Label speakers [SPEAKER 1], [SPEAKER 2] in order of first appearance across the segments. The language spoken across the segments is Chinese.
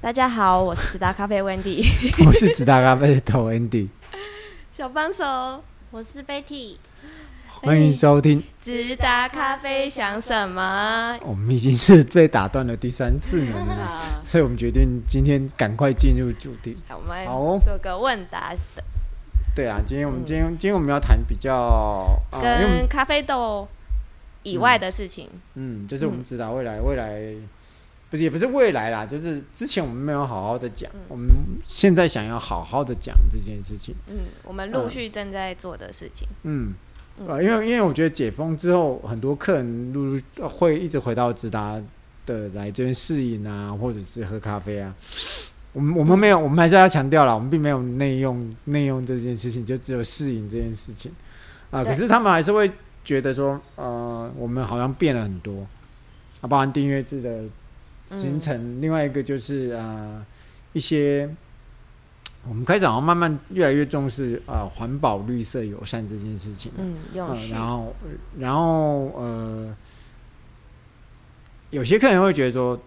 [SPEAKER 1] 大家好，我是直达咖啡 Wendy
[SPEAKER 2] 我是直达咖啡的头 Andy，
[SPEAKER 1] 小帮手。
[SPEAKER 3] 我是 Betty，
[SPEAKER 2] 欢迎收听。
[SPEAKER 1] 直达咖啡想什么？
[SPEAKER 2] 我们已经是被打断了第三次了，
[SPEAKER 1] 啊，
[SPEAKER 2] 所以我们决定今天赶快进入主题。
[SPEAKER 1] 好我们
[SPEAKER 2] 好哦
[SPEAKER 1] 做个问答的，
[SPEAKER 2] 对啊，今天我们
[SPEAKER 1] 嗯
[SPEAKER 2] 今天今天我们要谈比较呃，因为我们
[SPEAKER 1] 跟咖啡豆以外的事情。
[SPEAKER 2] 嗯，就是我们知道未来未来不是也不是未来啦，就是之前我们没有好好的讲，
[SPEAKER 1] 嗯
[SPEAKER 2] 我们现在想要好好的讲这件事情。
[SPEAKER 1] 嗯，我们陆续正在做的事情。
[SPEAKER 2] 嗯，
[SPEAKER 1] 嗯
[SPEAKER 2] 呃，因为因为我觉得解封之后，很多客人陆陆呃会一直回到直达的来这边试饮啊，或者是喝咖啡啊。我们我们没有，我们还是要强调啦，我们并没有内用内用这件事情，就只有试饮这件事情啊。
[SPEAKER 1] 对
[SPEAKER 2] 可是他们还是会觉得说，呃，我们好像变了很多啊，包含订阅制的形
[SPEAKER 1] 嗯
[SPEAKER 2] 成，另外一个就是呃一些我们开始好像慢慢越来越重视啊环保、绿色、友善这件事情。
[SPEAKER 1] 嗯，永
[SPEAKER 2] 嗯，
[SPEAKER 1] 续
[SPEAKER 2] 然。后，然后呃，有些客人会觉得说，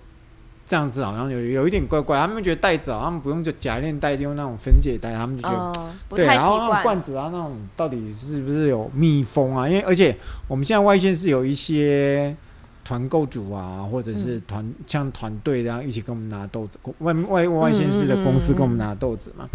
[SPEAKER 2] 这样子好像有有一点怪怪，他们觉得袋子好像不用就夹链袋，就用那种分解袋，他们就觉得、
[SPEAKER 1] 哦，不
[SPEAKER 2] 对，
[SPEAKER 1] 太
[SPEAKER 2] 然
[SPEAKER 1] 习
[SPEAKER 2] 后那种
[SPEAKER 1] 惯。
[SPEAKER 2] 罐子啊，那种到底是不是有密封啊？因为而且我们现在外线是有一些团购组啊，或者是团、像团队这样一起跟我们拿豆子，外外外线市的公司跟我们拿豆子嘛。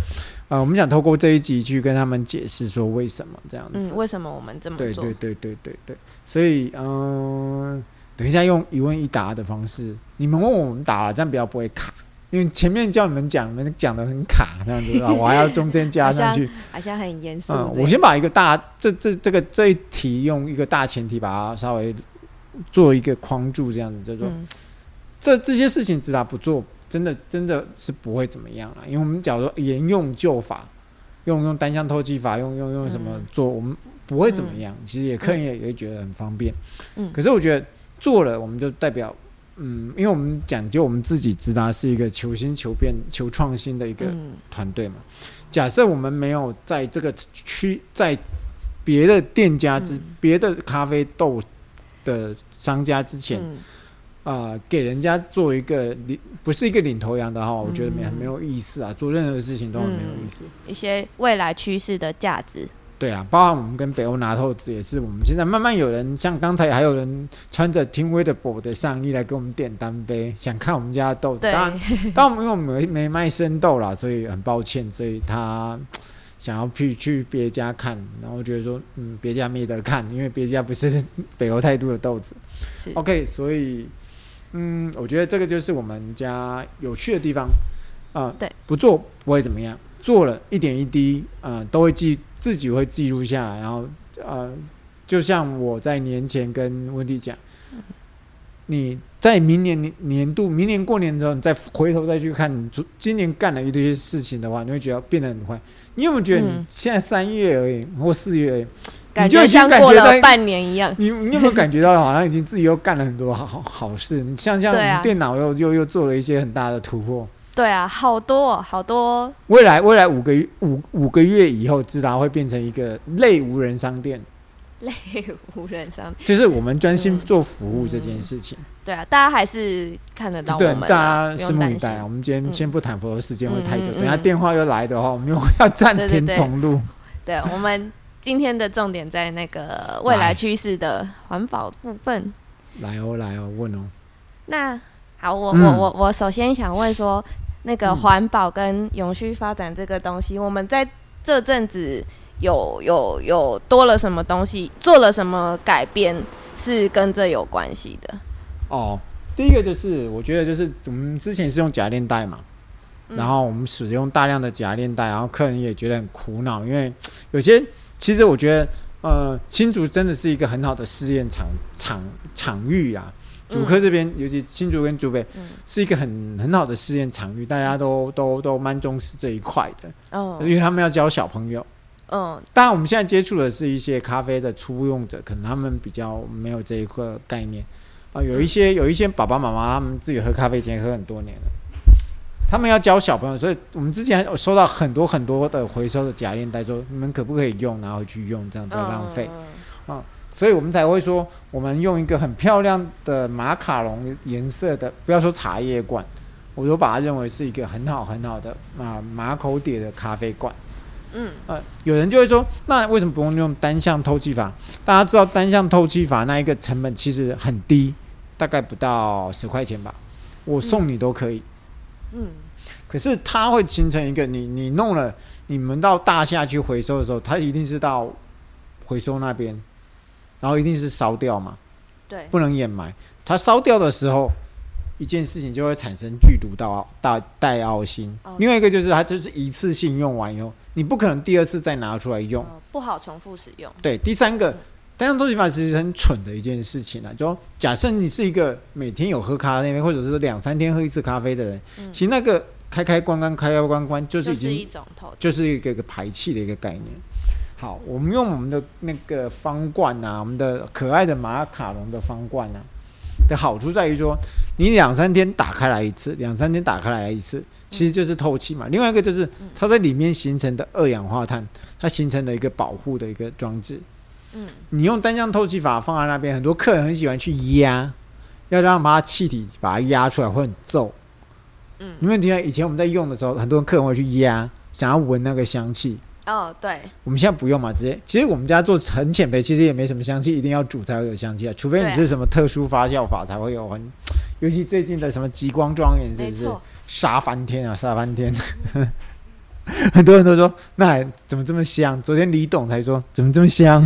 [SPEAKER 2] 呃，我们想透过这一集去跟他们解释说为什么这样子。
[SPEAKER 1] 嗯，为什么我们这么
[SPEAKER 2] 对
[SPEAKER 1] 做
[SPEAKER 2] 对？对对对对，所以嗯、等一下用一问一答的方式，你们问我们答了，这样比较不会卡。因为前面叫你们讲，你们讲的很卡，这 样子，我还要中间加上去。
[SPEAKER 1] 好像很严肃。
[SPEAKER 2] 嗯，我先把一个大这这这个这一题用一个大前提把它稍微做一个框住，这样子，就是说、
[SPEAKER 1] 嗯
[SPEAKER 2] 这这些事情只打不做，真的真的是不会怎么样啊。因为我们假如说沿用旧法，用用单向透气法，用用用什么
[SPEAKER 1] 嗯
[SPEAKER 2] 做，我们不会怎么样。其实也客人也也会觉得很方便。
[SPEAKER 1] 嗯
[SPEAKER 2] 可是我觉得做了，我们就代表。嗯，因为我们讲究我们自己直达是一个求新、求变、求创新的一个
[SPEAKER 1] 嗯
[SPEAKER 2] 团队嘛。假设我们没有在这个区，在别的店家之、
[SPEAKER 1] 嗯
[SPEAKER 2] 别的咖啡豆的商家之前，
[SPEAKER 1] 嗯
[SPEAKER 2] 啊、给人家做一个领，不是一个领头羊的话，我觉得没
[SPEAKER 1] 嗯
[SPEAKER 2] 没有意思啊。做任何事情都很没有意思。
[SPEAKER 1] 一些未来趋势的价值。
[SPEAKER 2] 对啊，包含我们跟北欧拿透子也是，我们现在慢慢有人，像刚才还有人穿着 Team w e a t e b o 的上衣来给我们点单杯，想看我们家的豆子。
[SPEAKER 1] 对，
[SPEAKER 2] 当然但我们因为我们没没卖生豆啦，所以很抱歉，所以他想要去去别家看，然后觉得说，嗯，别家没得看，因为别家不是 北欧态度的豆子。
[SPEAKER 1] 是
[SPEAKER 2] OK，所以，嗯，我觉得这个就是我们家有趣的地方啊、
[SPEAKER 1] 对，
[SPEAKER 2] 不做不会怎么样，做了一点一滴，啊，都会记自己会记录下来，然后呃，就像我在年前跟温蒂讲，
[SPEAKER 1] 嗯
[SPEAKER 2] 你在明年年年度、明年过年的时候，你再回头再去看你昨今年干了一堆事情的话，你会觉得变得很快。你有没有觉得你
[SPEAKER 1] 嗯
[SPEAKER 2] 现在三月而已，或四月而已，
[SPEAKER 1] 感
[SPEAKER 2] 你就
[SPEAKER 1] 觉
[SPEAKER 2] 已经
[SPEAKER 1] 像
[SPEAKER 2] 感
[SPEAKER 1] 过
[SPEAKER 2] 觉
[SPEAKER 1] 了
[SPEAKER 2] 到
[SPEAKER 1] 半年一样。
[SPEAKER 2] 你你有没有感觉到好像已经自己又干了很多好好好事？你像像我
[SPEAKER 1] 对啊
[SPEAKER 2] 们电脑又又又做了一些很大的突破。
[SPEAKER 1] 对啊，好多哦好多
[SPEAKER 2] 未来未来五个月五五个月以后，智达会变成一个类无人商店，
[SPEAKER 1] 类 无人商。
[SPEAKER 2] 就是我们专心
[SPEAKER 1] 嗯
[SPEAKER 2] 做服务这件事情。
[SPEAKER 1] 对啊，大家还是看得到我
[SPEAKER 2] 对，
[SPEAKER 1] 们啊，
[SPEAKER 2] 大家
[SPEAKER 1] 不
[SPEAKER 2] 拭
[SPEAKER 1] 用
[SPEAKER 2] 目以
[SPEAKER 1] 担
[SPEAKER 2] 待啊！
[SPEAKER 1] 心。
[SPEAKER 2] 我们今天
[SPEAKER 1] 嗯
[SPEAKER 2] 先不谈佛的时间会太久，
[SPEAKER 1] 嗯嗯
[SPEAKER 2] 等下
[SPEAKER 1] 嗯
[SPEAKER 2] 电话又来的话，我们又要暂
[SPEAKER 1] 对对
[SPEAKER 2] 停
[SPEAKER 1] 对
[SPEAKER 2] 重录。
[SPEAKER 1] 对，我们今天的重点在那个未来
[SPEAKER 2] 来
[SPEAKER 1] 趋势的环保部分。
[SPEAKER 2] 来哦，来哦，问哦。
[SPEAKER 1] 那好，我我
[SPEAKER 2] 嗯
[SPEAKER 1] 我我首先想问说，那个
[SPEAKER 2] 嗯
[SPEAKER 1] 环保跟永续发展这个东西，我们在这阵子有有有多了什么东西，做了什么改变，是跟这有关系的？
[SPEAKER 2] 哦，第一个就是我觉得就是我们之前是用假链带嘛，
[SPEAKER 1] 嗯
[SPEAKER 2] 然后我们使用大量的假链带，然后客人也觉得很苦恼，因为有些其实我觉得呃新竹真的是一个很好的试验场场场域啦。
[SPEAKER 1] 嗯
[SPEAKER 2] 竹科这边，尤其新竹跟竹北
[SPEAKER 1] 嗯，
[SPEAKER 2] 是一个很很好的试验场域，大家都都都蛮重视这一块的，因
[SPEAKER 1] 嗯
[SPEAKER 2] 为他们要教小朋友。
[SPEAKER 1] 嗯，
[SPEAKER 2] 当然，我们现在接触的是一些咖啡的初用者，可能他们比较没有这一块概念啊、有一些有一些爸爸妈妈他们自己喝咖啡已经喝很多年了，他们要教小朋友，所以我们之前有收到很多很多的回收的假链袋，说你们可不可以用，拿回去用，这样不要浪费。
[SPEAKER 1] 嗯
[SPEAKER 2] 所以我们才会说，我们用一个很漂亮的马卡龙颜色的，不要说茶叶罐，我都把它认为是一个很好很好的啊马口点的咖啡馆。
[SPEAKER 1] 嗯，
[SPEAKER 2] 呃，有人就会说，那为什么不用用单向透气法？大家知道单向透气法那一个成本其实很低，大概不到十块钱吧，我送你都可以。
[SPEAKER 1] 嗯，
[SPEAKER 2] 可是它会形成一个你你弄了，你们到大夏去回收的时候，它一定是到回收那边，然后一定是烧掉嘛，
[SPEAKER 1] 对，
[SPEAKER 2] 不能掩埋。它烧掉的时候，一件事情就会产生剧毒到大带奥辛
[SPEAKER 1] 哦。
[SPEAKER 2] 另外一个就是它就是一次性用完以后，你不可能第二次再拿出来用。
[SPEAKER 1] 呃不好重复使用。
[SPEAKER 2] 对，第三个
[SPEAKER 1] 嗯，
[SPEAKER 2] 单向透析法其实很蠢的一件事情啊。就假设你是一个每天有喝咖啡，或者是两三天喝一次咖啡的人，
[SPEAKER 1] 嗯，
[SPEAKER 2] 其实那个开开关关、开开关关，就是
[SPEAKER 1] 就
[SPEAKER 2] 已
[SPEAKER 1] 是
[SPEAKER 2] 经
[SPEAKER 1] 一种投资。
[SPEAKER 2] 就是一个一个排气的一个概念。好，我们用我们的那个方罐啊，我们的可爱的马卡龙的方罐啊，的好处在于说，你两三天打开来一次，两三天打开来一次，其实就是透气嘛。另外一个就是
[SPEAKER 1] 嗯
[SPEAKER 2] 它在里面形成的二氧化碳，它形成了一个保护的一个装置。
[SPEAKER 1] 嗯，
[SPEAKER 2] 你用单向透气法放在那边，很多客人很喜欢去压，要让把它气体把它压出来会很皱。
[SPEAKER 1] 嗯
[SPEAKER 2] 你们听到以前我们在用的时候，很多客人会去压，想要闻那个香气。
[SPEAKER 1] 哦，对，
[SPEAKER 2] 我们现在不用嘛，直接其实我们家做很浅焙，其实也没什么香气，一定要煮才会有香气啊，除非你
[SPEAKER 1] 对啊
[SPEAKER 2] 是什么特殊发酵法才会有很，尤其最近的什么极光庄园是
[SPEAKER 1] 没
[SPEAKER 2] 不是
[SPEAKER 1] 错，
[SPEAKER 2] 杀翻天啊，杀翻天！ 很多人都说那怎么这么香？昨天李董才说怎么这么香？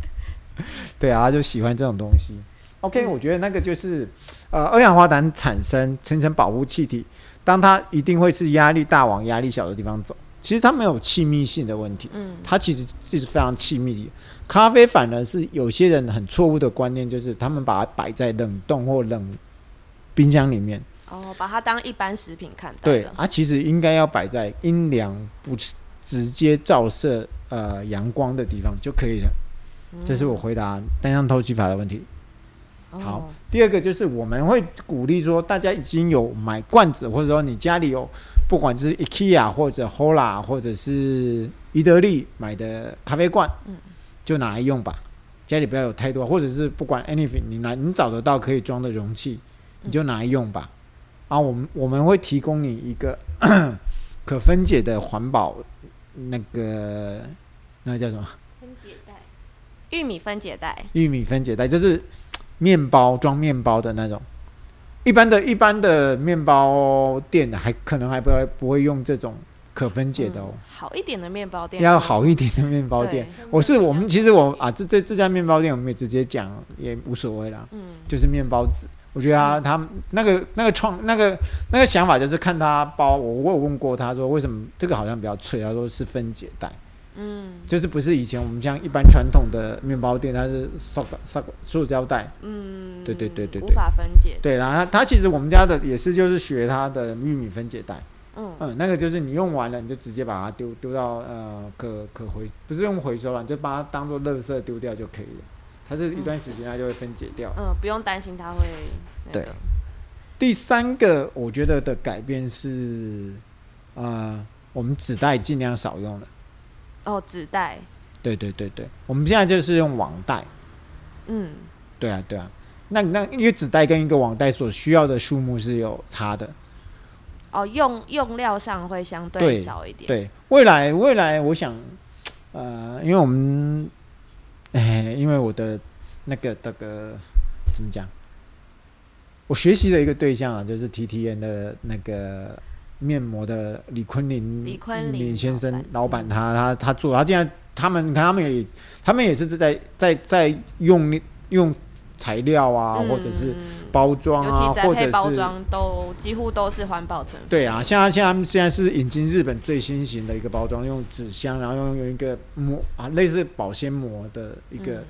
[SPEAKER 2] 对啊，他就喜欢这种东西。OK，、
[SPEAKER 1] 嗯
[SPEAKER 2] 我觉得那个就是呃，二氧化碳产生形成保护气体，当它一定会是压力大往压力小的地方走。其实它没有气密性的问题，
[SPEAKER 1] 嗯，
[SPEAKER 2] 它其实是非常气密的。咖啡反而是有些人很错误的观念，就是他们把它摆在冷冻或冷冰箱里面。
[SPEAKER 1] 哦，把它当一般食品看待
[SPEAKER 2] 对
[SPEAKER 1] 了，
[SPEAKER 2] 啊，其实应该要摆在阴凉不直接照射呃阳光的地方就可以了。
[SPEAKER 1] 嗯
[SPEAKER 2] 这是我回答单向透气法的问题。
[SPEAKER 1] 哦
[SPEAKER 2] 好第二个就是我们会鼓励说，大家已经有买罐子，或者说你家里有，不管是 IKEA 或者 Hola 或者是宜得利买的咖啡罐，
[SPEAKER 1] 嗯
[SPEAKER 2] 就拿来用吧。家里不要有太多，或者是不管 anything，你拿你找得到可以装的容器，你就拿来用吧。啊，我们我们会提供你一个 可分解的环保那个那个叫什么
[SPEAKER 3] 分解带，
[SPEAKER 1] 玉米分解袋，
[SPEAKER 2] 玉米分解袋，就是面包装面包的那种。一般的一般的面包店还可能还不会不会用这种可分解的哦，
[SPEAKER 1] 嗯好一点的面包嗯店
[SPEAKER 2] 要好一点的面包
[SPEAKER 1] 对嗯
[SPEAKER 2] 店。
[SPEAKER 3] 分
[SPEAKER 2] 我是
[SPEAKER 3] 解
[SPEAKER 2] 我们其实我啊，
[SPEAKER 3] 带，
[SPEAKER 2] 这这这家面包店我们也直接讲也无所谓啦，
[SPEAKER 1] 嗯，
[SPEAKER 2] 就是面包子。我觉得他他那个那个创那个那个想法就是看他包，我我有问过他说为什么这个好像比较脆，他说是分解袋。
[SPEAKER 1] 嗯
[SPEAKER 2] 就是不是以前我们像一般传统的面包店，它是塑塑塑胶袋，
[SPEAKER 1] 嗯，
[SPEAKER 2] 对对对对对
[SPEAKER 1] 无法分解，
[SPEAKER 2] 对，然后它它其实我们家的也是就是学它的玉米分解袋，
[SPEAKER 1] 嗯
[SPEAKER 2] 嗯，那个就是你用完了你就直接把它丢丢到呃可可回不是用回收了，你就把它当做垃圾丢掉就可以了。它是一段时间它就会分解掉。
[SPEAKER 1] 嗯，不用担心它会那
[SPEAKER 2] 对
[SPEAKER 1] 个，
[SPEAKER 2] 第三个我觉得的改变是，呃，我们纸袋尽量少用了。
[SPEAKER 1] 哦，纸袋，
[SPEAKER 2] 对对对对，我们现在就是用网袋。
[SPEAKER 1] 嗯，
[SPEAKER 2] 对啊，对啊。那那一个纸袋跟一个网袋所需要的数目是有差的。
[SPEAKER 1] 哦，用用料上会相
[SPEAKER 2] 对
[SPEAKER 1] 对少一点，
[SPEAKER 2] 对，未来未来，我想，呃，因为我们，哎，因为我的那个那个怎么讲，我学习的一个对象啊，就是 T T N 的那个面膜的李坤林
[SPEAKER 1] 李坤林
[SPEAKER 2] 先生老
[SPEAKER 1] 老
[SPEAKER 2] 板
[SPEAKER 1] 板，嗯
[SPEAKER 2] 他他他做，他竟然他们他们也他们也是在在在用力用材料啊，
[SPEAKER 1] 嗯
[SPEAKER 2] 或者是
[SPEAKER 1] 嗯
[SPEAKER 2] 包装
[SPEAKER 1] 尤其
[SPEAKER 2] 啊，
[SPEAKER 1] 宅
[SPEAKER 2] 或者
[SPEAKER 1] 配包
[SPEAKER 2] 是
[SPEAKER 1] 装都几乎都是环保成分。
[SPEAKER 2] 对啊，像现在现在是引进日本最新型的一个包装，用纸箱，然后用用一个膜啊，类似保鲜膜的一个。
[SPEAKER 1] 嗯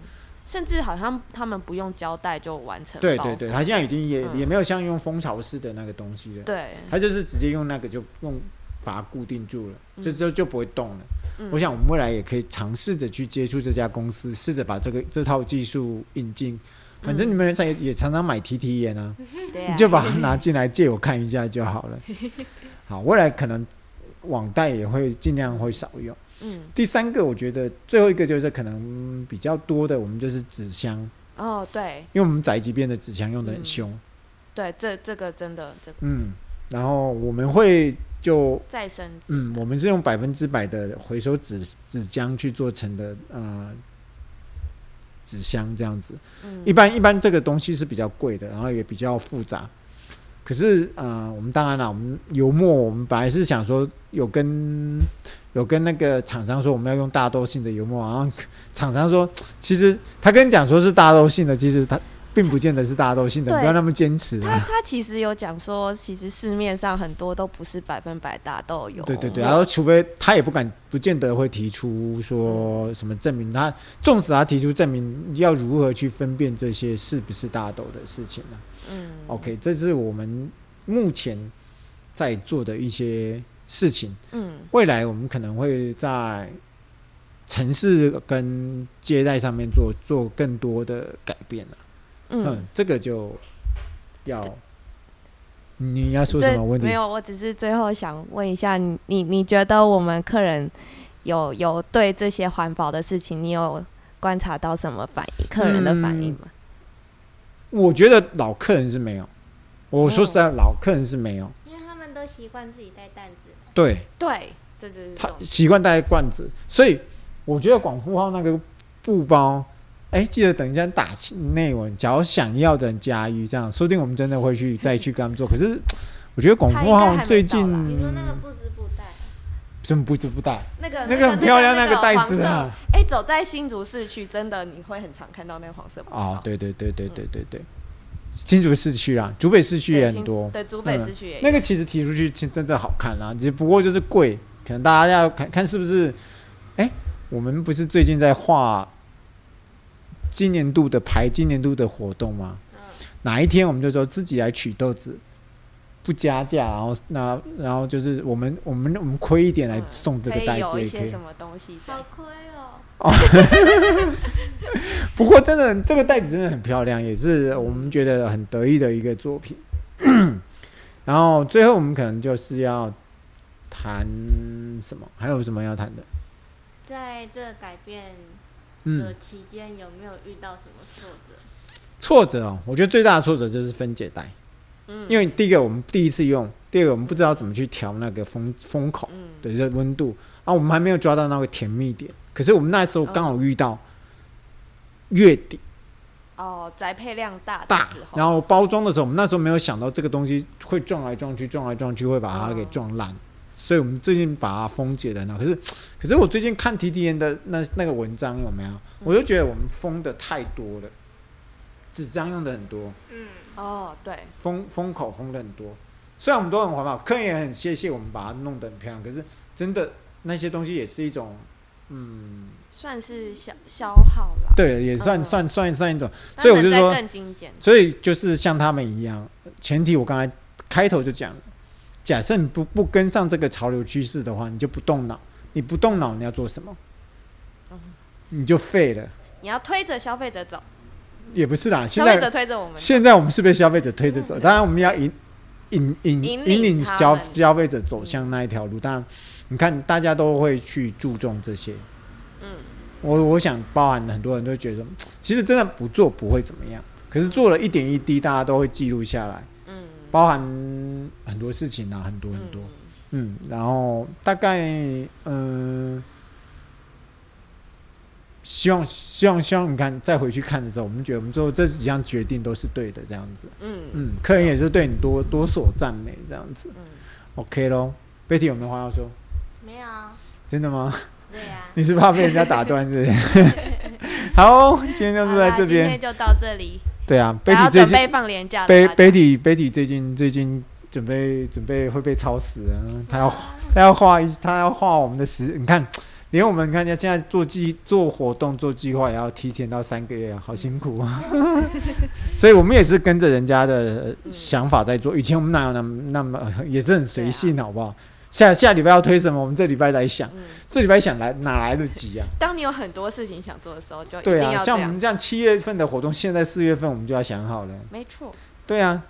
[SPEAKER 1] 甚至好像他们不用胶带就完成
[SPEAKER 2] 对
[SPEAKER 1] 包
[SPEAKER 2] 对对，
[SPEAKER 1] 覆
[SPEAKER 2] 它现在已经也、
[SPEAKER 1] 嗯
[SPEAKER 2] 也没有像用蜂巢式的那个东西了，
[SPEAKER 1] 对，
[SPEAKER 2] 它就是直接用那个就用把它固定住了，就
[SPEAKER 1] 嗯
[SPEAKER 2] 就就不会动了。
[SPEAKER 1] 嗯
[SPEAKER 2] 我想我们未来也可以尝试着去接触这家公司，试着把这个这套技术引进。反
[SPEAKER 1] 嗯
[SPEAKER 2] 正你们也也常常买 T T 盐啊，
[SPEAKER 1] 对啊
[SPEAKER 2] 你就把它拿进来借我看一下就好了。好，未来可能网贷也会尽量会少用。
[SPEAKER 1] 嗯
[SPEAKER 2] 第三个，我觉得最后一个就是可能比较多的，我们就是纸箱，
[SPEAKER 1] 哦对
[SPEAKER 2] 因为我们宅急便的纸箱用的很凶。
[SPEAKER 1] 对，这这个真的这个
[SPEAKER 2] 嗯，然后我们会就
[SPEAKER 1] 再生纸，
[SPEAKER 2] 嗯，我们是用百分之百的回收纸纸浆去做成的呃纸箱这样子。
[SPEAKER 1] 嗯
[SPEAKER 2] 一般一般这个东西是比较贵的，然后也比较复杂。可是呃，我们当然啦，我们油墨我们本来是想说有跟有跟那个厂商说我们要用大豆性的油墨，然后厂商说其实他跟你讲说是大豆性的，其实他并不见得是大豆性的，
[SPEAKER 1] 对
[SPEAKER 2] 你不要那么坚持
[SPEAKER 1] 他
[SPEAKER 2] 啊。
[SPEAKER 1] 他其实有讲说，其实市面上很多都不是百分百大嗯豆油，
[SPEAKER 2] 对对对，然后除非他也不敢，不见得会提出说什么证明，他纵使他提出证明，要如何去分辨这些是不是大豆的事情呢、
[SPEAKER 1] 嗯
[SPEAKER 2] OK，这是我们目前在做的一些事情。
[SPEAKER 1] 嗯
[SPEAKER 2] 未来我们可能会在城市跟接待上面做做更多的改变了。
[SPEAKER 1] 嗯，
[SPEAKER 2] 嗯，这个就要你要说
[SPEAKER 1] 这
[SPEAKER 2] 什么问题
[SPEAKER 1] 没？有，我只是最后想问一下你，你你觉得我们客人有有对这些环保的事情，你有观察到什么反应？客人的反应吗？
[SPEAKER 2] 我觉得老客人是没有。我说
[SPEAKER 1] 嗯
[SPEAKER 2] 实在，老客人是没有。
[SPEAKER 3] 因为他们都习惯自己带担子，
[SPEAKER 2] 对
[SPEAKER 1] 对，这只是
[SPEAKER 2] 他
[SPEAKER 1] 重点
[SPEAKER 2] 习惯带罐子，所以我觉得广富号那个布包，哎，记得等一下打内文，假如想要的人加一，这样说不定我们真的会去再去跟他们做。可是我觉得广富号最
[SPEAKER 1] 他应该还
[SPEAKER 3] 比
[SPEAKER 2] 近
[SPEAKER 3] 如说那个布织布袋，
[SPEAKER 2] 什么不知不带，
[SPEAKER 1] 那个
[SPEAKER 2] 那个很漂亮那个袋子！
[SPEAKER 1] 那
[SPEAKER 2] 啊
[SPEAKER 1] 黄色，哎，走在新竹市区，真的你会很常看到那个黄色布条
[SPEAKER 2] 哦，，对对对对对对对，新竹市区啦，竹北市区
[SPEAKER 1] 对
[SPEAKER 2] 也
[SPEAKER 1] 新
[SPEAKER 2] 很多，
[SPEAKER 1] 对，竹北
[SPEAKER 2] 嗯
[SPEAKER 1] 市区也有
[SPEAKER 2] 那个其实提出去其实真的好看啦，只不过就是贵，可能大家要看看是不是。哎，我们不是最近在画今年度的排今年度的活动吗？
[SPEAKER 3] 嗯，
[SPEAKER 2] 哪一天我们就说自己来取豆子，不加价，然后那然后就是我们我们我们亏一点来送这个
[SPEAKER 1] 嗯哦可以
[SPEAKER 2] 袋
[SPEAKER 1] 有
[SPEAKER 2] 子
[SPEAKER 1] 一
[SPEAKER 2] 也可
[SPEAKER 1] 些
[SPEAKER 2] 以
[SPEAKER 1] 什。么东西这
[SPEAKER 3] 好
[SPEAKER 1] 样，
[SPEAKER 3] 亏哦，
[SPEAKER 2] 不过真的这个袋子真的很漂亮，也是我们觉得很得意的一个作品。 然后最后我们可能就是要谈什么？还有什么要谈的？
[SPEAKER 3] 在这改变
[SPEAKER 2] 嗯
[SPEAKER 3] 的，期间有没有遇到什么挫折？
[SPEAKER 2] 挫折哦，我觉得最大的挫折就是分解带，
[SPEAKER 1] 嗯，
[SPEAKER 2] 因为第一个我们第一次用，第二个我们不知道怎么去调那个风风口
[SPEAKER 1] 嗯
[SPEAKER 2] 的这温度啊，我们还没有抓到那个甜蜜点。可是我们那时候刚好遇到月底。
[SPEAKER 1] 哦，宅配量大的
[SPEAKER 2] 大
[SPEAKER 1] 时，候，
[SPEAKER 2] 然后包装的时候，我们那时候没有想到这个东西会撞来撞去，撞来撞去会把它给撞烂，所以我们最近把它封解的呢。可是，可是我最近看 T T N 的那那个文章有没有，我就觉得我们封的太多了，纸张用的很多，
[SPEAKER 3] 嗯，
[SPEAKER 1] 哦，对，
[SPEAKER 2] 封封口封的很多。虽然我们都很环保，客人也很谢谢我们把它弄得很漂亮，可是真的那些东西也是一种，嗯，
[SPEAKER 1] 算是消消耗了，
[SPEAKER 2] 对，也算、
[SPEAKER 1] 嗯
[SPEAKER 2] 算算算一种。
[SPEAKER 1] 那
[SPEAKER 2] 所以我
[SPEAKER 1] 能
[SPEAKER 2] 就
[SPEAKER 1] 再
[SPEAKER 2] 说
[SPEAKER 1] 更精简，
[SPEAKER 2] 所以就是像他们一样，前提我刚才开头就讲了，假设你不不跟上这个潮流趋势的话，你就不动脑，你不动脑你要做什么
[SPEAKER 1] 嗯？
[SPEAKER 2] 你就废了，
[SPEAKER 1] 你要推着消费者走，
[SPEAKER 2] 也不是啦。
[SPEAKER 1] 消
[SPEAKER 2] 现
[SPEAKER 1] 费者
[SPEAKER 2] 在
[SPEAKER 1] 推着我们，
[SPEAKER 2] 现在我们是被消费者推着走，当然我们要引引引
[SPEAKER 1] 引领
[SPEAKER 2] 引领
[SPEAKER 1] 他
[SPEAKER 2] 消
[SPEAKER 1] 们嗯
[SPEAKER 2] 消费者走向那一条路。当然，你看大家都会去注重这些，
[SPEAKER 1] 嗯
[SPEAKER 2] 我我想包含很多人都觉得说，其实真的不做不会怎么样，可是做了一点一滴，大家都会记录下来。
[SPEAKER 1] 嗯，
[SPEAKER 2] 包含很多事情啊，很多很多，嗯，然后大概嗯、呃希望希望希望你看再回去看的时候，我们觉得我们做这几项决定都是对的，这样子，
[SPEAKER 1] 嗯嗯
[SPEAKER 2] 嗯，客人也是对你多多所赞美，这样子
[SPEAKER 1] 嗯，
[SPEAKER 2] ，OK 咯。贝蒂有没有话要说？
[SPEAKER 3] 没有啊，
[SPEAKER 2] 真的吗？
[SPEAKER 3] 对啊呀、
[SPEAKER 2] 你是怕被人家打断是不是？ 好哦，今天就
[SPEAKER 1] 嗯好
[SPEAKER 2] 在
[SPEAKER 1] 啦
[SPEAKER 2] 这
[SPEAKER 1] 今
[SPEAKER 2] 边
[SPEAKER 1] 天。就到这里，
[SPEAKER 2] 对啊，贝
[SPEAKER 1] 然
[SPEAKER 2] 蒂
[SPEAKER 1] 后
[SPEAKER 2] 最
[SPEAKER 1] 准
[SPEAKER 2] 近
[SPEAKER 1] 备放年假了，
[SPEAKER 2] 贝
[SPEAKER 1] 大家
[SPEAKER 2] 贝蒂贝蒂最近最近准备准备会被超死啊，他要他要画一，他要画我们的时，你看，连我们看一下现在做计做活动做计划也要提前到三个月啊，好辛 苦啊。所以我们也是跟着人家的呃
[SPEAKER 1] 嗯
[SPEAKER 2] 想法在做，以前我们哪有那么那么也是很随性，好不好？下下礼拜要推什么，我们这礼拜来想，
[SPEAKER 1] 嗯，
[SPEAKER 2] 这礼拜想来哪来得及啊？
[SPEAKER 1] 当你有很多事情想做的时候，就一
[SPEAKER 2] 对
[SPEAKER 1] 定
[SPEAKER 2] 啊，
[SPEAKER 1] 要
[SPEAKER 2] 像
[SPEAKER 1] 这
[SPEAKER 2] 我们
[SPEAKER 1] 样，
[SPEAKER 2] 这样七月份的活动，现在四月份我们就要想好了。
[SPEAKER 1] 没错，
[SPEAKER 2] 对啊，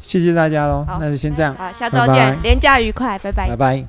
[SPEAKER 2] 谢谢大家喽
[SPEAKER 1] 好，
[SPEAKER 2] 那就先这样，
[SPEAKER 1] 好，下周
[SPEAKER 2] 拜拜
[SPEAKER 1] 见，年假愉快，拜拜
[SPEAKER 2] 拜。拜。